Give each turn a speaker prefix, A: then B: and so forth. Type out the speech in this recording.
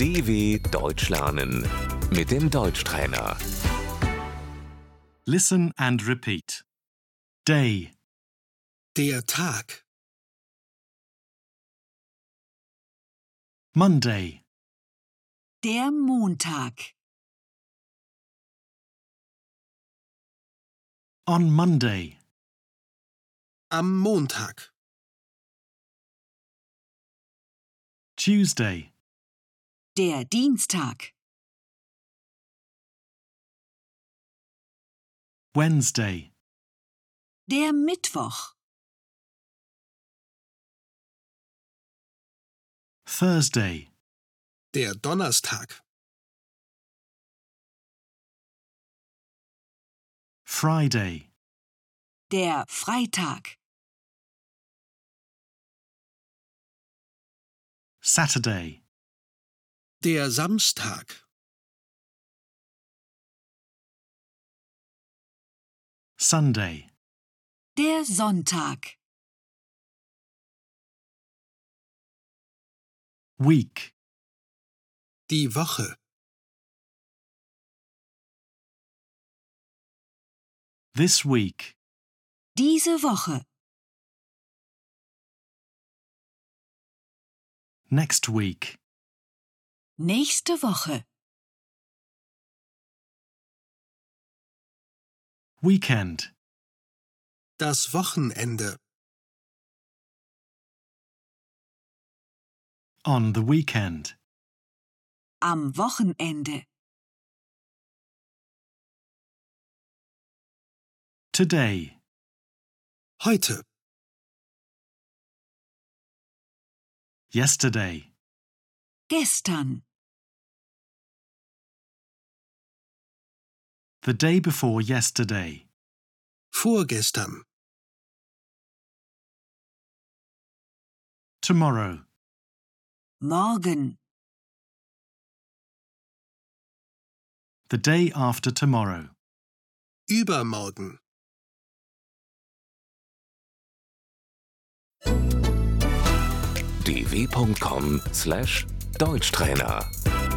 A: DW Deutsch lernen mit dem Deutschtrainer.
B: Listen and repeat. Day,
C: Der Tag.
B: Monday,
D: Der Montag.
B: on Monday,
C: Am Montag.
B: Tuesday,
D: Der Dienstag.
B: Wednesday,
D: Der Mittwoch.
B: Thursday,
C: Der Donnerstag.
B: Friday,
D: Der Freitag.
B: Saturday,
C: Der Samstag.
B: Sunday,
D: Der Sonntag.
B: week,
C: Die Woche.
B: this week,
D: Diese Woche.
B: next week,
D: Nächste Woche.
B: weekend,
C: Das Wochenende.
B: on the weekend,
D: Am Wochenende.
B: today,
C: Heute.
B: yesterday,
D: Gestern.
B: the day before yesterday,
C: Vorgestern.
B: tomorrow,
D: Morgen.
B: the day after tomorrow,
C: Übermorgen.
A: dw.com/deutschtrainer